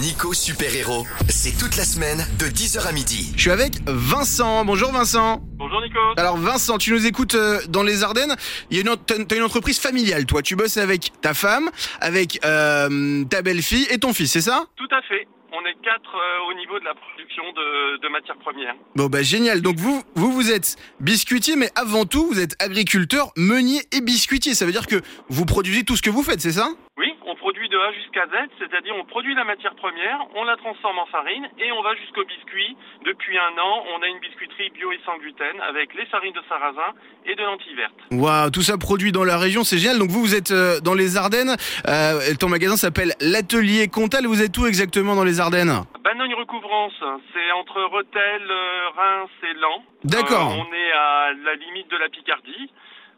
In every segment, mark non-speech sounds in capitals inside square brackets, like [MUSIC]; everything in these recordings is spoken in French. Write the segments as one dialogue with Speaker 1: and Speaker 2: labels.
Speaker 1: Nico Super Héros. C'est toute la semaine de 10h à midi.
Speaker 2: Je suis avec Vincent. Bonjour Vincent.
Speaker 3: Bonjour Nico.
Speaker 2: Alors Vincent, tu nous écoutes euh, dans les Ardennes. Il y a une, en- t'as une- t'as une entreprise familiale, toi. Tu bosses avec ta femme, avec euh, ta belle-fille et ton fils, c'est ça
Speaker 3: Tout à fait. On est quatre euh, au niveau de la production de, de matières premières.
Speaker 2: Bon bah génial. Donc vous, vous, vous êtes biscuitier, mais avant tout, vous êtes agriculteur, meunier et biscuitier. Ça veut dire que vous produisez tout ce que vous faites, c'est ça
Speaker 3: Oui, on produit de A jusqu'à Z, c'est-à-dire on produit la matière première, on la transforme en farine et on va jusqu'au biscuit. Depuis un an, on a une biscuiterie bio et sans gluten avec les farines de sarrasin et de lentilles vertes.
Speaker 2: Waouh, tout ça produit dans la région, c'est génial. Donc vous, vous êtes euh, dans les Ardennes. Euh, ton magasin s'appelle l'Atelier Comtal. Vous êtes où exactement dans les Ardennes
Speaker 3: Banogne-Recouvrance, c'est entre Rethel, euh, Reims et Lan.
Speaker 2: D'accord.
Speaker 3: Euh, on est à la limite de la Picardie.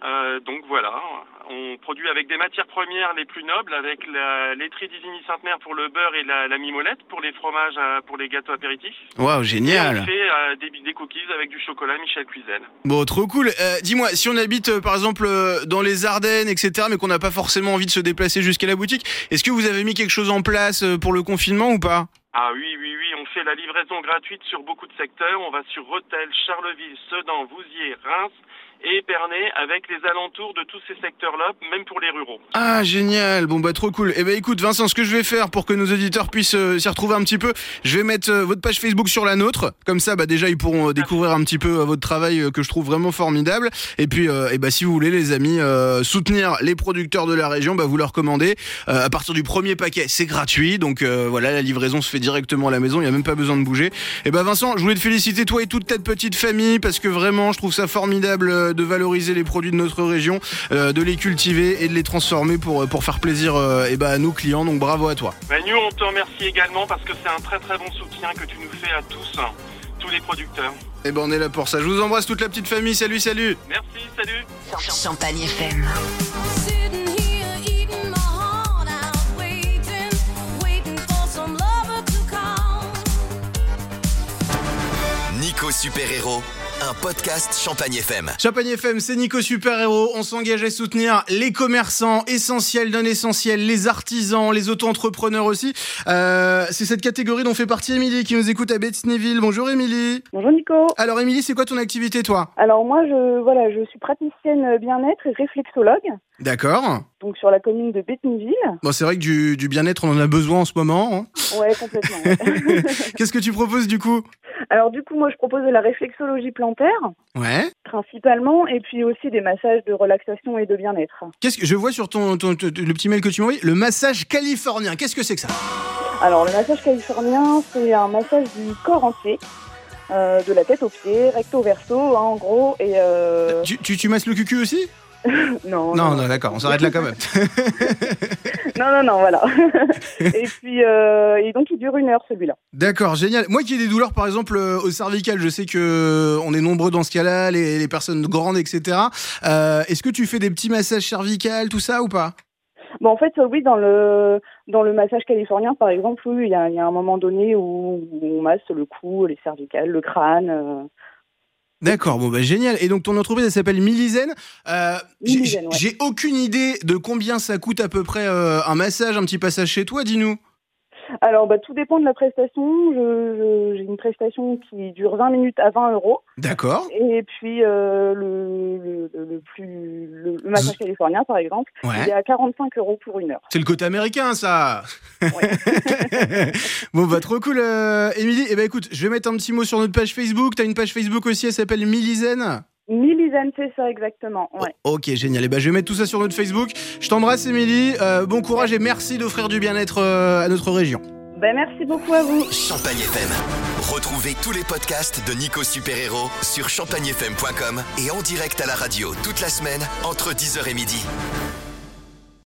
Speaker 3: Euh, donc voilà, on produit avec des matières premières les plus nobles, avec la laiterie d'Isigny Sainte-Mère pour le beurre et la, la mimolette pour les fromages, à- pour les gâteaux apéritifs.
Speaker 2: Waouh, génial.
Speaker 3: Et on fait euh, des, des cookies avec du chocolat Michel Cuisel.
Speaker 2: Bon, trop cool. Euh, Dis-moi, si on habite euh, par exemple euh, dans les Ardennes, etc., mais qu'on n'a pas forcément envie de se déplacer jusqu'à la boutique, est-ce que vous avez mis quelque chose en place euh, pour le confinement ou pas
Speaker 3: Ah oui, oui, oui, on fait la livraison gratuite sur beaucoup de secteurs. On va sur Rethel, Charleville, Sedan, Vouziers, Reims et Épernay avec les alentours de tous ces secteurs-là, même pour les ruraux.
Speaker 2: Ah, génial. Bon, bah trop cool. Eh ben écoute, Vincent, ce que je vais faire pour que nos auditeurs puissent euh, s'y retrouver un petit peu, je vais mettre euh, votre page Facebook sur la nôtre. Comme ça, bah déjà, ils pourront euh, découvrir un petit peu euh, votre travail euh, que je trouve vraiment formidable. Et puis, euh, eh ben, si vous voulez, les amis, euh, soutenir les producteurs de la région, bah, vous leur commandez Euh, à partir du premier paquet, c'est gratuit. Donc euh, voilà, la livraison se fait directement à la maison, il n'y a même pas besoin de bouger. Et ben Vincent, je voulais te féliciter toi et toute ta petite famille parce que vraiment, je trouve ça formidable euh, de valoriser les produits de notre région, euh, de les cultiver et de les transformer pour euh, pour faire plaisir et ben à nos clients. Donc bravo à toi.
Speaker 3: Ben, nous, on te remercie également parce que c'est un très très bon soutien que tu nous fais à tous, hein, tous les producteurs.
Speaker 2: Et ben on est là pour ça. Je vous embrasse toute la petite famille. Salut, salut.
Speaker 3: Merci, salut
Speaker 4: Champagne FM.
Speaker 5: Sitting here eating my heart out, waiting, waiting for some lover to come.
Speaker 1: Nico Super Héros, un podcast Champagne FM.
Speaker 2: Champagne FM, c'est Nico Super Héros. On s'engage à soutenir les commerçants, essentiels, non essentiels, les artisans, les auto-entrepreneurs aussi. Euh, c'est cette catégorie dont fait partie Émilie qui nous écoute à Betsneville. Bonjour Émilie.
Speaker 6: Bonjour Nico.
Speaker 2: Alors Émilie, c'est quoi ton activité toi
Speaker 6: Alors moi, je, voilà, je suis praticienne bien-être et réflexologue,
Speaker 2: D'accord.
Speaker 6: donc sur la commune de Béthenville.
Speaker 2: Bon, c'est vrai que du, du bien-être, on en a besoin en ce moment. hein.
Speaker 6: Ouais, complètement.
Speaker 2: [LAUGHS]
Speaker 6: ouais.
Speaker 2: Qu'est-ce que tu proposes du coup
Speaker 6: Alors du coup, moi, je propose de la réflexologie plantaire
Speaker 2: Ouais.
Speaker 6: principalement, et puis aussi des massages de relaxation et de bien-être.
Speaker 2: Qu'est-ce que je vois sur ton, ton- ton- le petit mail que tu m'as envoyé Le massage californien. Qu'est-ce que c'est que ça
Speaker 6: Alors le massage californien, c'est un massage du corps entier, euh, de la tête aux pieds, recto verso, hein, en gros, et euh...
Speaker 2: tu, tu, tu masses le cucu aussi
Speaker 6: non,
Speaker 2: Non, non, d'accord. On s'arrête là quand même.
Speaker 6: [LAUGHS]
Speaker 2: [LAUGHS]
Speaker 6: non, non, non, voilà. et puis, euh, et donc il dure une heure celui-là.
Speaker 2: D'accord, génial. Moi qui ai des douleurs, par exemple, euh, au cervical, je sais que euh, on est nombreux dans ce cas-là, les, les personnes grandes, etc. Euh, Est-ce que tu fais des petits massages cervicales, tout ça ou pas
Speaker 6: Bon, en fait, euh, oui, dans le, dans le massage californien, par exemple, oui, il y a, il y a un moment donné où on masse le cou, les cervicales, le crâne. euh.
Speaker 2: D'accord, bon bah génial. Et donc ton entreprise, elle s'appelle Millisen. Euh, j'ai- j'ai
Speaker 6: Millisen, ouais.
Speaker 2: j'ai aucune idée de combien ça coûte à peu près euh, un massage, un petit passage chez toi, dis-nous.
Speaker 6: Alors, bah, tout dépend de la prestation. Je- je- J'ai une prestation qui dure 20 minutes à 20 euros.
Speaker 2: D'accord,
Speaker 6: Et puis, euh, le, le- le- le plus, le, le massage californien, par exemple, il
Speaker 2: ouais.
Speaker 6: est à 45 euros pour une heure.
Speaker 2: C'est le côté américain, ça. [LAUGHS] bon, bah trop cool, euh, Émilie. Eh ben écoute, je vais mettre un petit mot sur notre page Facebook. T'as une page Facebook aussi, elle s'appelle Millisen.
Speaker 6: Millisen, c'est ça exactement. Ouais.
Speaker 2: O- Ok, génial. Et ben, je vais mettre tout ça sur notre Facebook. Je t'embrasse, Émilie. Euh, bon courage et merci d'offrir du bien-être euh, à notre région.
Speaker 6: Ben, merci beaucoup à vous.
Speaker 1: Champagne FM. Retrouvez tous les podcasts de Nico Super Héros sur champagnefm.com et en direct à la radio toute la semaine entre 10h et midi.